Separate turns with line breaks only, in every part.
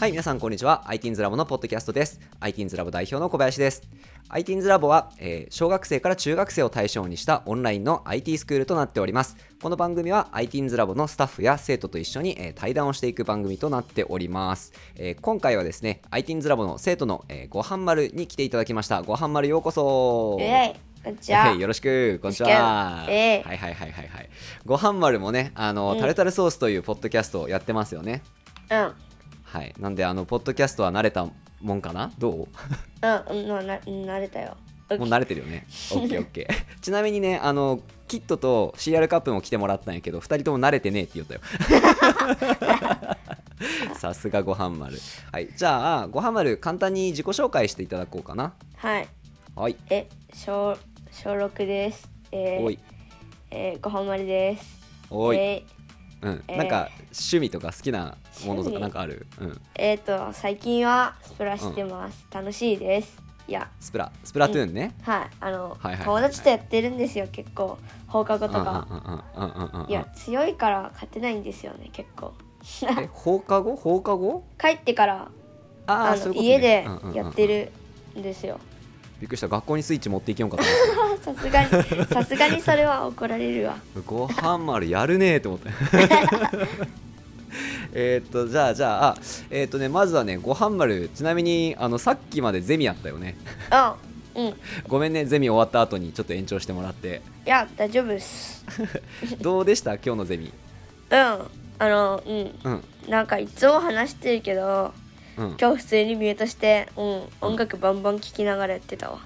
はい、皆さんこんにちは。iTeens ラボのポッドキャストです。iTeens ラボ代表の小林です。iTeens ラボは、えー小学生から中学生を対象にしたオンラインの IT スクールとなっております。この番組は iTeens ラボのスタッフや生徒と一緒に、えー対談をしていく番組となっております。えー今回はですね、iTeens ラボの生徒の、えーごはん丸に来ていただきました。ごはん丸ようこそ。
えい、こんにちは。
はいよろしくこんにちは、
ええ
はいはいはいはいはいごはん丸もねあの、
うん
タルタルソースというポッドキャストをやってますよね
うん、
はいなんであのポッドキャストは慣れたもんかなど
うん、もうな、慣れたよ。
うもう慣れてるよ ね OKOK ちなみにねあのキットと CR カップも来てもらったんやけど2人とも慣れてねえって 言ったよさすがごはん丸はいじゃあごはん丸簡単に自己紹介していただこうかな
はい、
はい
え、小、小六です。えー、
おい
えー、ごはんまりです。
おい、
え
うん、
えー
なんか趣味とか好きなものと
趣
か
味
なんかある、うん、
ーえーと、最近はスプラしてます。楽しいです。いや、
スプラスプラトゥーンね、
はい、あの、
はいはいはい
友達とやってるんですよ。結構放課後とか。
うんうんうんうんうんうんうん
いや、強いから勝てないんですよね。結構。
え放課後放課後
帰ってから、
あ
あ
ーそ
の、
ういうことね
家で
うんうんうんうん
やってるんですよ。
びっくりした学校にスイッチ持っていけよんかと
あ さすがに、さすがにそれは怒られるわ。
思った ごはん丸やるねーと思った えーっとじゃあじゃああえーっとねまずはねごはん丸ちなみにあのさっきまでゼミやったよね
うん、うん。
ごめんねゼミ終わった後にちょっと延長してもらって
いや大丈夫っす
どうでした今日のゼミ
うんあのう
うん
んなんかいつも話してるけど
うん
今日普通にミュートしてうん音楽バンバン聴きながらやってたわ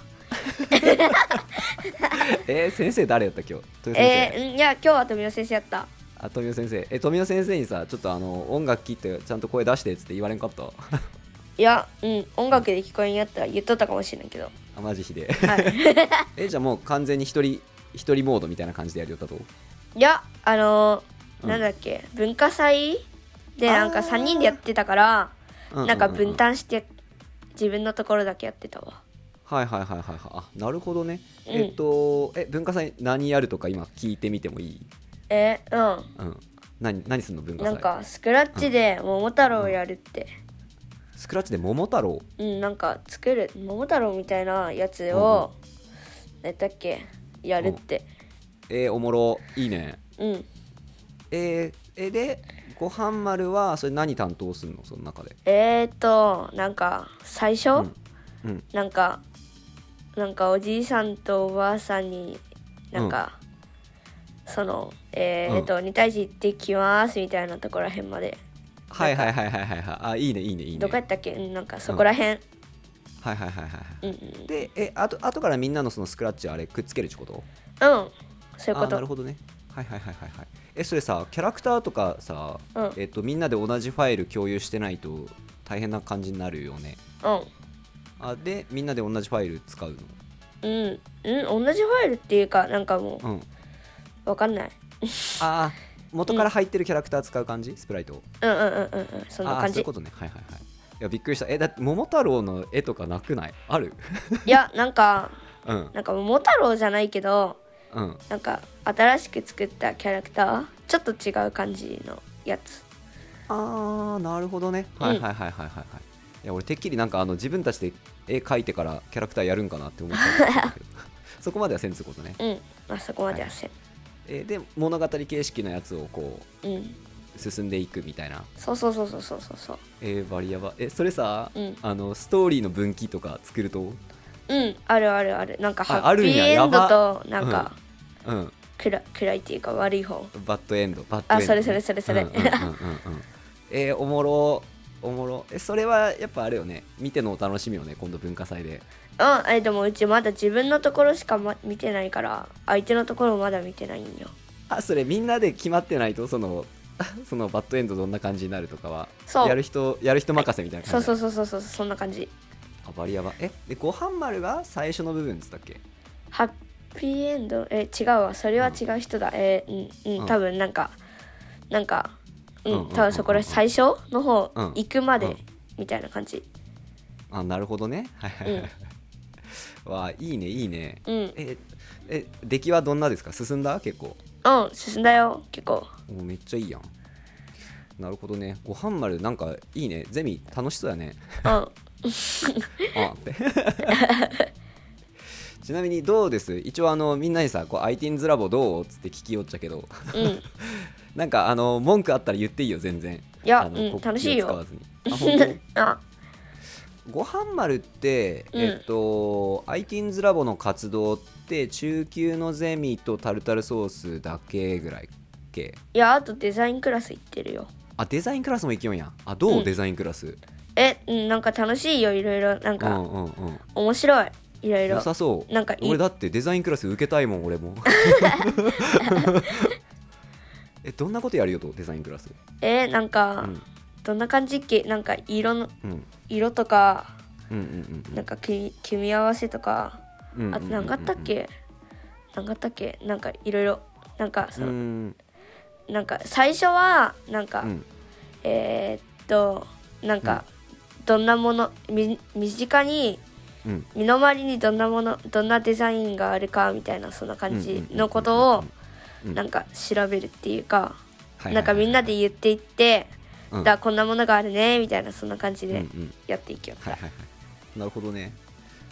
えー先生誰やった今日豊先生
えー、うんいや今日は富野先生やった
あ富野先生え富野先生にさちょっとあの音楽切ってちゃんと声出してっつって言われんかった
いやうん音楽で聞こえんやったら言っとったかもしれないけど
あマジひで
はい
えじゃあもう完全に一人一人モードみたいな感じでやるよったと
いやあの
うん
なんだっけ文化祭でなんか
あー
3人でやってたから
うううう
なんか分担して自分のところだけやってたわ
はいはいはいはいはいあなるほどね、
うん
えっとえ文化祭何やるとか今聞いてみてもいい
えー、
うん何何すんの
う
文
ん
化
な
祭
んかスクラッチで桃太郎やるって、
スクラッチで桃太郎
うん、なんか作る桃太郎みたいなやつを、何だっけやるって
えー、おもろいいね
うん
えー、えでごはん丸はそれ何担当するのその中で
えー、となんか最初、
うんうん
なんかなんかおじいさんとおばあさんになんか、そのえー、と、2対1行ってきますみたいなところらへんまで
はいはいはいはいはいはいあいいねいいねいいね
どこやったっけうんなんかそこらへん、
はいはいはいはいは
う
い
んうん
でえあと後からみんなのそのスクラッチあれくっつけるってこと
うん、そういうこ
あなる
と
ほどねはいはいはいはいはいえそれさキャラクターとかさ、
うん
えっとみんなで同じファイル共有してないと大変な感じになるよね
うん
あでみんなで同じファイル使うの
うん、うん、同じファイルっていうかなんかも
うん
うわかんない
あー元から入ってるキャラクター使う感じ、スプライトを
うんうんうんうんうんそんな
あー
感
そうい
じ
うことねはいはいはいいやびっくりしたえだって桃太郎の絵とかなくないある
いやなんか
うん
なんか桃太郎じゃないけど
うん
なんか新しく作ったキャラクターちょっと違う感じのやつ
あーなるほどね
うん
はいはいはいはいはいはい、いや俺てっきりなんかあの自分たちで絵描いてからキャラクターやるんかなって思ったんだ けどそこまではせんつうことね
うんあそこまではせん、
えーで物語形式のやつをこ
うん
う進んでいくみたいな
そうそうそうそうそうそうそう
えー、バリヤバえそれさ、
うん
あのストーリーの分岐とか作ると
うんあるあるあるなんかハ
ああ
ッ
る
ピ
ん
ー
や
エンド
やば
となんか
うん
暗,、暗いっていうか悪い方
バッドエンドバッドエンドね、
あそれそれそれそれ
うんうんうんうん うんえーおもろおもろえそれはやっぱあれよね見てのお楽しみよね今度文化祭で
うんえでもうちまだ自分のところしか、ま、見てないから相手のところまだ見てないんよ
あそれみんなで決まってないとその そのバッドエンドどんな感じになるとかは
そう
やる人やる人任せみたいな
そう
感じ
そうそうそうそうそんな感じ
あバリヤバえでごはん丸が最初の部分っつったっけ
ハッピーエンドえ違うわそれは違う人だ、えーうん
う
うんん多分なんかなんかうん、
うんうんうんうん
多分そこら最初の方、
うん
行くまで、
うん
みたいな感じ
あなるほどねはいはいはい、わあいいねいいね
うんうん
ええ出来はどんなですか進んだ結構
進んだよ結構
もうめっちゃいいやんなるほどねごはん丸なんかいいねゼミ楽しそうやね
うん
あって ちなみにどうです一応あのみんなにさこう iTeens ラボどうっつって聞きよっちゃけど
うんい
なんかあの文句あったら言っていいよ全然
や
あ
う
の
ん
こ
楽しい
気を使
よ
わずに あ本
あ
当ごはん丸って、
うん
えっと iTeens ラボの活動って中級のゼミとタルタルソースだけぐらいっけ
いやあとデザインクラス行ってるよ
あデザインクラスも行きよんやあどう、
うん
デザインクラス
えうんなんか楽しいよいろいろなん
うん
か
うんうん
面白いいろいろ
良さそう
なんかい
俺だってデザインクラス受けたいもん 俺もえどんなことやるよとデザインクラス
えーなん
う
か、
ん
どんな感じっけなんか色の
うん
色とか
うんうん
なんか組み組み合わせとか
うんうん
あと何かあったっけ何かあったっけなんかいろいろなんか
う
そ
んう
の、
ん
なんか最初はなんか、
うん
えーっとなんか、どんなものみ身近に
うん
身の回りにどんなものどんなデザインがあるかみたいなそんな感じのことを
うんうんうんうんうん
なんか調べるっていうか、
はいはいはい
なんかみんなで言っていって、
う
だ
ん
からこんなものがあるねみたいなそんな感じ
うんう
で
ん
やっていきよった、
はいはいはいなるほどね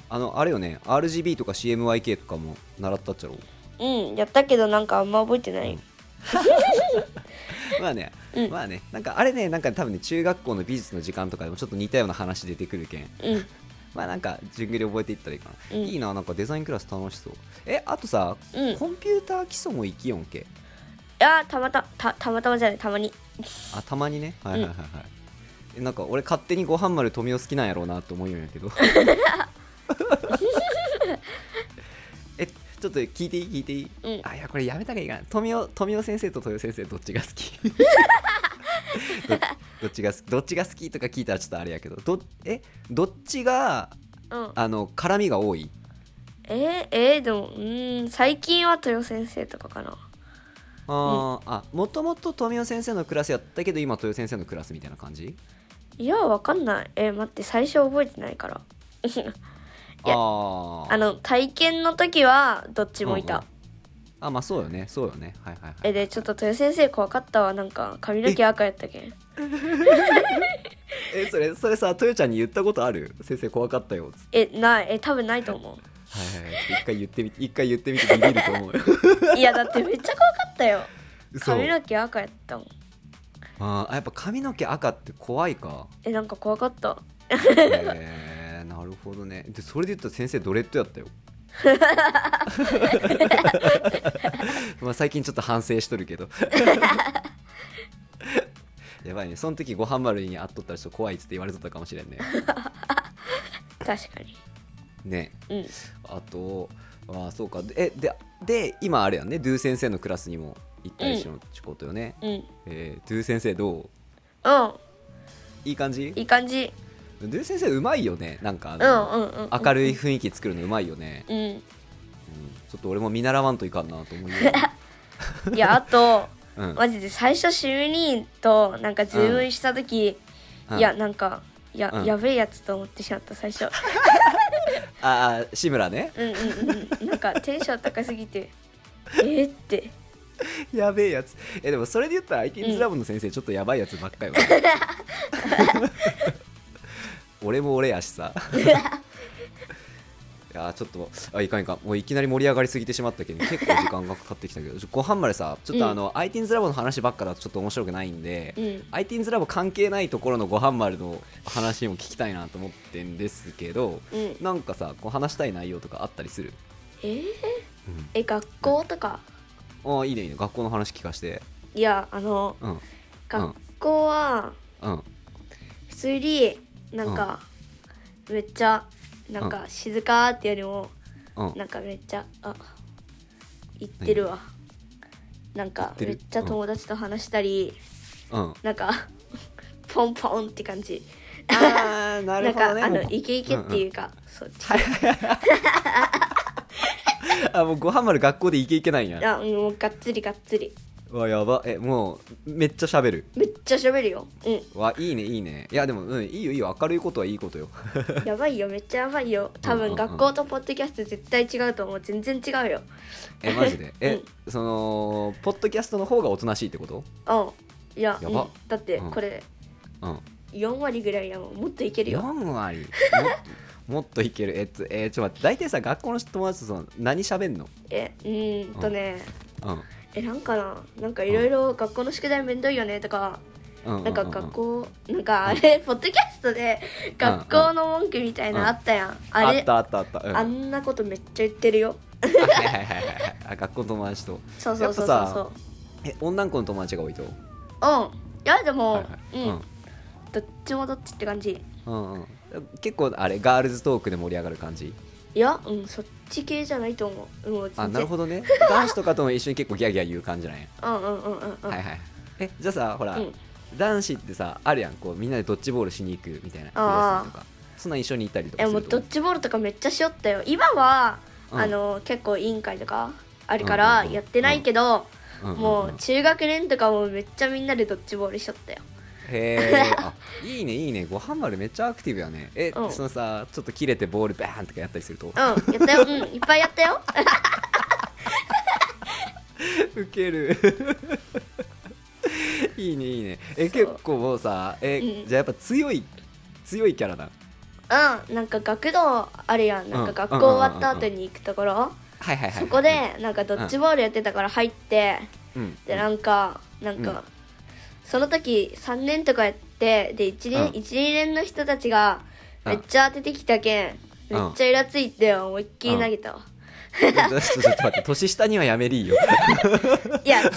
あのあれよね RGB とか CMYK とかも習ったっちゃろ
うんやったけどなんかあんま覚えてない、
まあね、
うん
まあねなんかあれねなんか多分ね中学校の美術の時間とかでもちょっと似たような話出てくるけん
うん
まあなんか順繰り覚えていったらいいかな、
うん
いいななんかデザインクラス楽しそうえあとさ、
うん
コンピューター基礎も生きよんけ
あーたまたたたまたまじゃないたまに
あたまにねはいはいはいはい、えなんか俺勝手にごはん丸富雄好きなんやろうなと思うんやけ どえちょっと聞いていい聞いていい、
うん
あいやこれやめたらいいかな富雄富雄先生と豊先生どっちが好 きどどっちが好きどっちが好きとか聞いたらちょっとあれやけどどえどっちが
うん
あの絡みが多い
えー、えー、でもうーん最近は豊先生とかかな
あー、あもともと富雄先生のクラスやったけど今豊先生のクラスみたいな感じ
いやわかんないえー、待って最初覚えてないからいや
あー
あの体験の時はどっちもいた、
うんうんあまあそうよねそうよねはいはいはい
えでちょっと豊先生怖かったわなんか髪の毛赤やったけん
えそれそれさ豊ちゃんに言ったことある先生怖かったよつっ
えないえ多分ないと思
てはいはいはい一回言ってみて一回言ってみてビビると思うよ
ういやだってめっちゃ怖かったよ
嘘
髪の毛赤やったもん
あーあやっぱ髪の毛赤って怖いか
えなんか怖かった
へえなるほどねでそれで言ったら先生ドレッドやっ たよまあ最近ちょっと反省しとる けどやばいねその時ごはん丸に会っとったらちょっと怖いっつって言われとったかもしれんね
確かに
ね
うん
あとあそうかでえでで今あれやんねドゥ先生のクラスにも行ったりしのちことよね、
うん
えードゥ先生どう
うん
いい感じ
いい感じ
ドゥ先生うまいよねなんかあ
うん
の
うんうん
明るい雰囲気作るのうまいよね、
うん
うんちょっと俺も見習わんといかんなと思うよ、
いやあと
うん
マジで最初シムニーとなんかズームした時、
う ん
いやなんかいや、
うん
やべえやつと思ってしまった最 初
ああ志村ね
うんうんうんうんなんかテンション高すぎてえっって
やべえやつえでもそれで言ったら IT's ラボの先生ちょっとやばいやつばっかよ、 俺も俺やし さいやーちょっとあいかんいかんもういきなり盛り上がりすぎてしまったけど結構時間がかかってきたけどちょご飯までさちょっとあの、IT's ラボの話ばっかだとちょっと面白くないんで、
うん
IT's ラボ関係ないところのご飯丸の話も聞きたいなと思ってんですけど、
うん
なんかさこう話したい内容とかあったりする
えーえ学校とか
ああいいねいいね学校の話聞かして
いやあの
うん
学校は
うん
普通になんか、めっちゃなんか静かってよりも
うん
なんかめっちゃあ言ってるわなん
言
か
ってる
めっちゃ友達と話したり、
うん
なんかポンポンって感じ
ああな
なん
るほど
か、
ね
あの
もう
イケイケっていうか、そう
あもうごはん丸学校でイケイケなんや
あもうがっつりがっつり
わやばえもうめっちゃ喋る
めっちゃ喋るよう
わいいねいいねいやでもうんいいよいいよ明るいことはいいことよ
んやばいよめっちゃやばいよ多
うんうんう
分
ん
学校とポッドキャスト絶対違うと思う全然違うよ
えマジでえ、そのポッドキャストの方がおとなしいってこと
うんいや
やば
うんだって
うん
これ
うん
4割ぐらいやもんもっといけるよ
4割もっと もっといけるえっとえーちょっと待って大体さ学校の友達とその何喋んの
えうーんとね
うん
えなんかななんかいろいろ学校の宿題めんどいよねとか
うんうん
なんか学
学校
校なんかあれポッドキャストで学校の文句みたいなあったやんあ
あっ
れ
たあったあった、うん、
あんなことめっちゃ言ってるよ
あはいはいはいはいあ学校の友達と
そうそうそう
や
そ
っぱ
う
さ
そ
え女の子の友達が多いと、
ううんいやでも、
はいはい
うんどっちもどっちって感じ
うんうんうん結構あれガールズトークで盛り上がる感じ
いやうんそっち系じゃないと思うもう全然
あなるほ どね男子とかとも一緒に結構ギャーギャー言う感じなんや、
うんうんうんうんうん、
はいはいえじゃあさほら、
うん
男子ってさあるやんこうみんなでドッジボールしに行くみたいな
あー
昼休みとかそんなん一緒に行ったりとか
え
す
も
る
うド
と
ッジボールとかめっちゃしよったよ今は、
うん
あの結構委員会とかあるか
うんうん
ら
うん
やってないけど、
うんんん
もう中学年とかもめっちゃみんなでドッジボールしよったよ
へえあいいねいいねご飯丸めっちゃアクティブやねえ、
うん
そのさちょっと切れてボールバーンとかやったりすると
うんやったようん いっぱいやったよ
ウケる いいねいいねえ
そう
結構もうさえ、
うん
じゃあやっぱ強い強いキャラだ
うんなんか学童あるやんなんか学校終わった後に行くところ、
はいはいはい
そこでなんかドッジボールやってたから入って、
うん
でなんかなんか、
うん
その時3年とかやってで1
う
年
ん
一二年の人たちが
うん
めっちゃ当ててきたけん
う
め
ん
っちゃイラついて思いっきり投げたわ、
ちょっとちょっと待って年下にはやめり ーよ
いや違う違う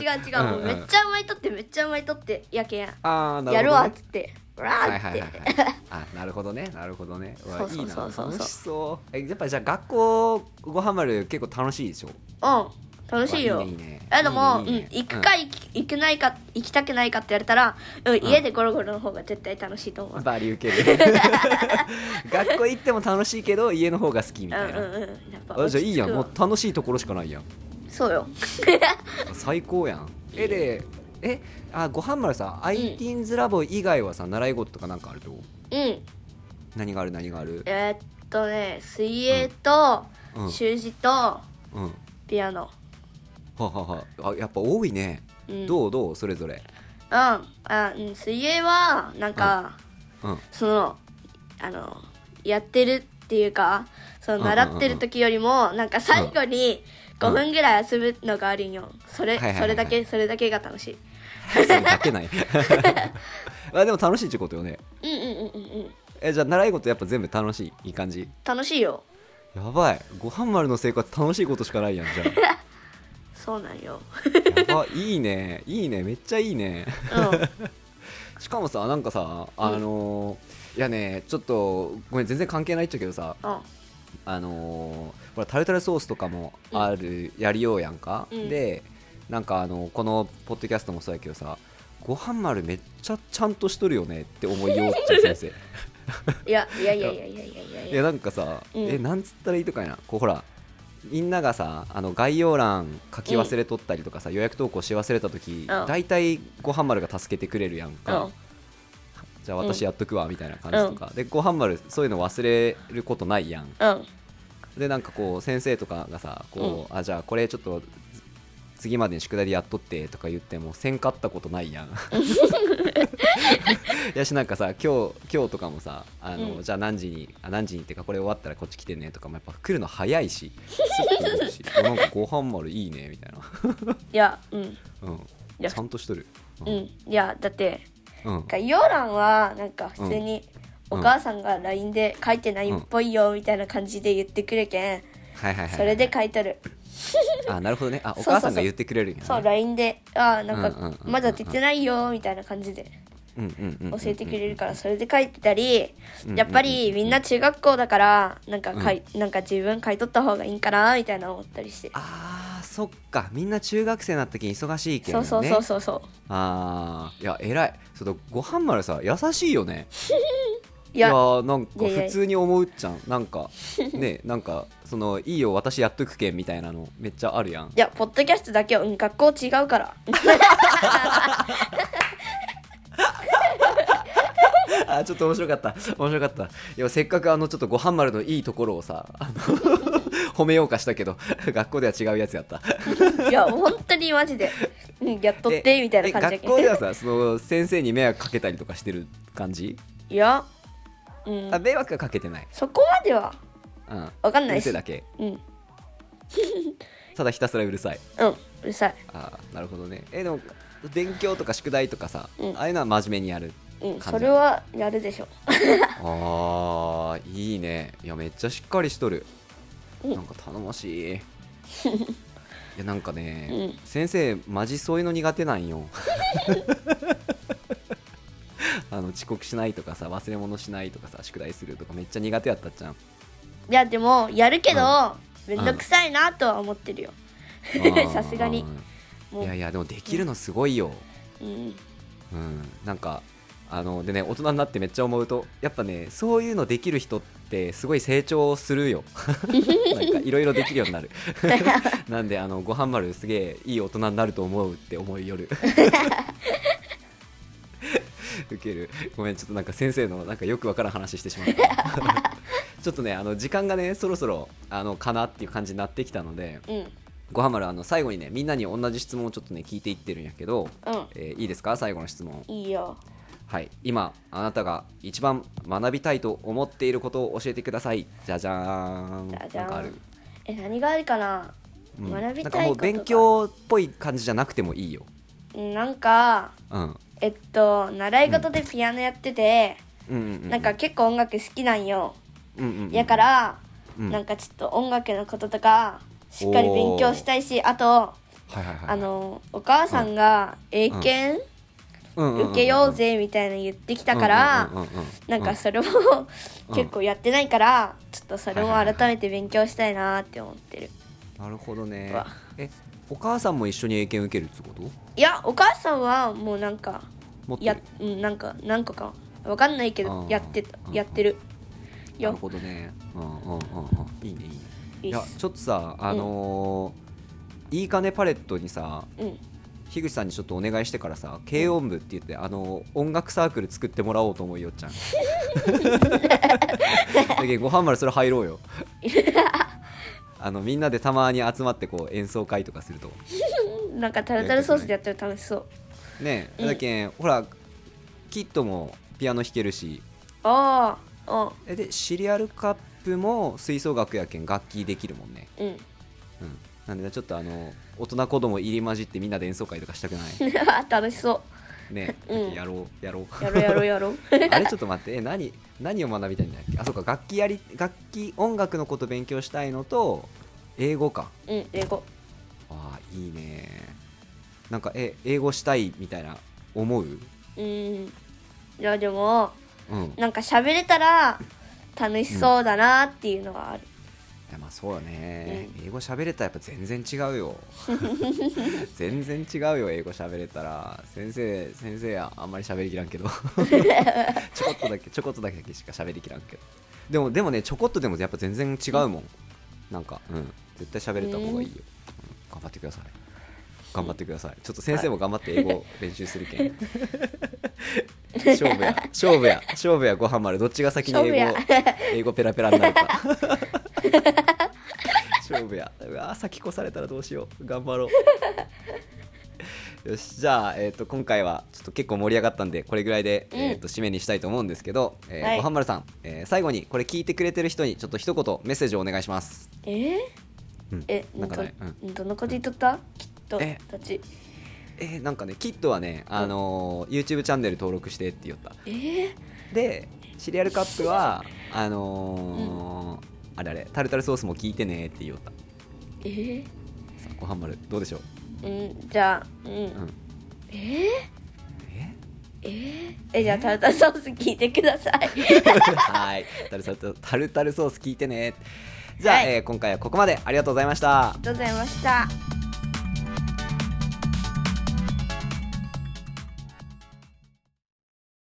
違う違うも
うん
う
うん
めっちゃうまいとってめっちゃうまいとってやけん
ああなるほど、ね、
やるわっつってわ
はい
ー
は
っ
いはい
て、
はいあなるほどねなるほどねわ
そうそうそうそう
いいな楽しそうえやっぱじゃあ学校ごはん丸結構楽しいでしょ
うん楽しいよ
わいいねいいね
えでも
いいねいいね
うん行くか行き行けないか行きたくないかって言われたら、うん家でゴロゴロの方が絶対楽しいと思う
バリ受 ける学校行っても楽しいけど家の方が好きみ
うん
た
う
い
ん
な、
うんやっぱ
あじゃあいいやんも
落ち
う
着くわ
楽しいところしかないやん
そうよ
最高やんえでえあごはん丸さ i t ィ n s ラボ以外はさ習い事とかなんかあると
うん
何がある何がある
えーっとね水泳と
うん
習字と
うんは
ピアノ、
あはあはああやっぱ多いね、
うん、う
どうどうそれぞれ
んあうん水泳はなんか、
うん
そのあのやってるっていうかそ
うん
の習ってる時よりもなんか最後に
うん
5分ぐらい遊ぶのがあるんよそれ
はいはいはい
それだけそれだけが楽しい
それだ けない まあでも楽しいってことよね
うんうんうんうんうん
えじゃあ習い事やっぱ全部楽しいいい感じ
楽しいよ
やばいごはん丸の生活楽しいことしかないやんじゃあ
そうなんよ
やばいいねいいねめっちゃいいね
う
しかもさなんかさあのーいやねちょっとごめん全然関係ないっちゃけどさ
んうん
あのーほらタルタルソースとかもある、やりようやんか、
うん
でなんかあのこのポッドキャストもそうやけどさごはん丸めっちゃちゃんとしとるよねって思いようっちゃう 先生
いやいやいやいやいやいやいやい
い
や
やなんかさ、
うん
えなんつったらいいとかいなこうほらみんながさあの概要欄書き忘れとったりとかさ、予約投稿し忘れた時、
うん
大体ごはん丸が助けてくれるやんか、
うん
じゃあ私やっとくわみたいな感じとか、でごはん丸そういうの忘れることないやん
うん
でなんかこう先生とかがさこう、あじゃあこれちょっとつ次までに宿題でやっとってとか言ってもせんかったことな いやんやしなんかさ今日今日とかもさあの、
うん
じゃあ何時にあ何時にってかこれ終わったらこっち来てねとかもやっぱ来るの早 いしすぐ来るしなんかご飯丸いいねみたい
いやうん
な、うん、
や
ちゃんとしとるう
うん
ん、
いやだって
うん
概要欄はなんか普通に
うん
お母さんが LINE で書いてないっぽいよみたいな感じで言ってくるけん
はいはいはい
それで書いとる
あなるほどねあ
そうそ
お
うそう
母さんが言ってくれるんやね
そう LINE で「あーな
うんうんうん
ん
うん
か
うん
まだ出てないよ」みたいな感じで
うんうんうんうんうん
教えてくれるからそれで書いてたり
うん
やっぱりみんな中学校だからなんかかいなんか自分書いとった方がいいんかなみたいな思ったりして
あーそっかみんな中学生になった時忙しいけど
そ
ね
うそうそうそうそう
あーいや偉いそのごはん丸さ優しいよねい
いや
ーなんか
いやいや
普通に思うじゃんなんかねなんかそのいいよ私やっとくけんみたいなのめっちゃあるや
い
ん
やポッドキャストだけはうん学校違うから
あーちょっと面白かった面白かったいやせっかくあのちょっとごはん丸のいいところをさあの 褒めようかしたけど学校では違うやつやった
いや本当にマジでうんやっとってみたいな
え
感じだ
学
け
校
ど
ではさその先生に迷惑かけたりとかしてる感じ、
いや、うん
あ、迷惑はかけてない、
そこまでは
うん、
わかん
う
な
る
い
せ
し
えだけ
うんうん
ただひたすらうるさいう
るさい
あーなるほどねえでも勉強とか宿題とかさ、
うん
ああいうのは真面目にやる
うん
感
そ
じ
れはやるでしょ
あーいいねいやめっちゃしっかりしとる
うん
なんか頼 もしいいやなんかね、
うん
先生マジそういうの苦手なんよ あの遅刻しないとかさ忘れ物しないとかさ宿題するとかめっちゃ苦手やったじゃんあ
いやでもやるけど
ん
めんどくさいなとは思ってるよ
ー
さすがにも
いうやいやでもできるのすごいよ、
うん
うん、なんかあのでね大人になってめっちゃ思うとやっぱねそういうのできる人ってすごい成長するよなんかいろいろできるようになるなんであのごはん丸すげえいい大人になると思うって思いよるウケるごめんちょっとなんか先生のなんかよくわからん話してしまったちょっとねあの時間がねそろそろあのかなっていう感じになってきたので
うん
ごはん丸あの最後にねみんなに同じ質問をちょっとね聞いていってるんやけど、
うん
えーいいですか最後の質問
いいよ
はい、今あなたが一番学びたいと思っていることを教えてください。じゃじゃーん。
じゃじゃ
なんかある
ん。え何があるかな
うん
学び
なんか
たい
も
こ
う
とが
勉強っぽい感じじゃなくてもいいよ。
うんなんか
うん。うん
えっと習い事でピアノやってて、
うんうん。
なんか結構音楽好きなんよ、
うんうんうん。
やから、
うん
なんかちょっと音楽のこととかしっかり勉強したいしあと
はいはいはい。
あのお母さんが英検
うんうんうんうん
受けようぜみたいな言ってきたから、
うんうんうんうん
なんかそれも
うん
結構やってないから、ちょっとそれも
はいはいは
改め
い
て勉強したいなって思ってる、い
なるほどね
うわ。
え、お母さんも一緒に英検受けるってこと？
やお母さんはもうなんか
持ってる
やうんなんか何個かわかんないけ
あ
ど
ー
やってた
うんうん
やってる
なる
よ
ほどね。うんうんうんうん。いいねいいね。
いいっ
や
す
ちょっとさあのーいいかねパレットにさ
うん
樋口さんにちょっとお願いしてからさ軽音部って言ってあの音楽サークル作ってもらおうと思うよっちゃん だけどごはん丸それ入ろうよあのみんなでたまに集まってこう演奏会とかすると
なんかタルタルソースでやったら楽しそう
ねえ、
うん
だけんほらキットもピアノ弾けるし
あああ
えでシリアルカップも吹奏楽やけん楽器できるもんね
うん
うんなんでちょっとあの大人子供入り混じってみんなで演奏会とかしたくない
楽しそ
ねえ、
うん
やろうやろう
うやろうやろうや ろう
あれちょっと待って、え何何を学びたいんだっけあ、そうか、楽器やり、楽器、音楽のこと勉強したいのと、英語か。
うん英語
ああ、いいね。なんか、え、英語したいみたいな、思う
うんいやでも
うん。い
なんか喋れたら楽しそうだなっていうのはある、
や、まあそうだね。英語喋れたらやっぱ全然違うよ。全然違うよ、英語喋れたら。先生、先生はあんまり喋りきらんけど。ちょこっとだけ、ちょこっとだけしか喋りきらんけど。でも、でもね、ちょこっとでもやっぱ全然違うもん。なんか、うん。絶対喋れた方がいいよ。うん頑張ってください。頑張ってください。ちょっと先生も頑張って英語練習するけん。勝負や、勝負や、勝負や、ごはん丸。どっちが先に英語
勝、
英語ペラペラに なるか。勝負や。うわー先越されたらどうしよう。頑張ろう。よしじゃあ、えー、と今回はちょっと結構盛り上がったんでこれぐらいで、
うん
えー、と締めにしたいと思うんですけど、えー
はい
ごはんまるさん、えー最後にこれ聞いてくれてる人にちょっと一言メッセージをお願いします。
え
うん
え
なんかね、
ど
うん
どの子で言っとった、きっと
え
たち
えーなんかねキッドはね、あのー YouTube チャンネル登録してって言った
えー、
でシリアルカップはあのーあれあれタルタルソースも聞いてねって言ったさ
え
あごはんまるどうでしょう、
ー、うんじゃあうん、
うん、
えー、
え
えー、えじゃあタルタルソース聞いてください
はいタルタルタルタルソース聞いてねじゃあ、
はい
えー今回はここまでありがとうございました
ありがとうございました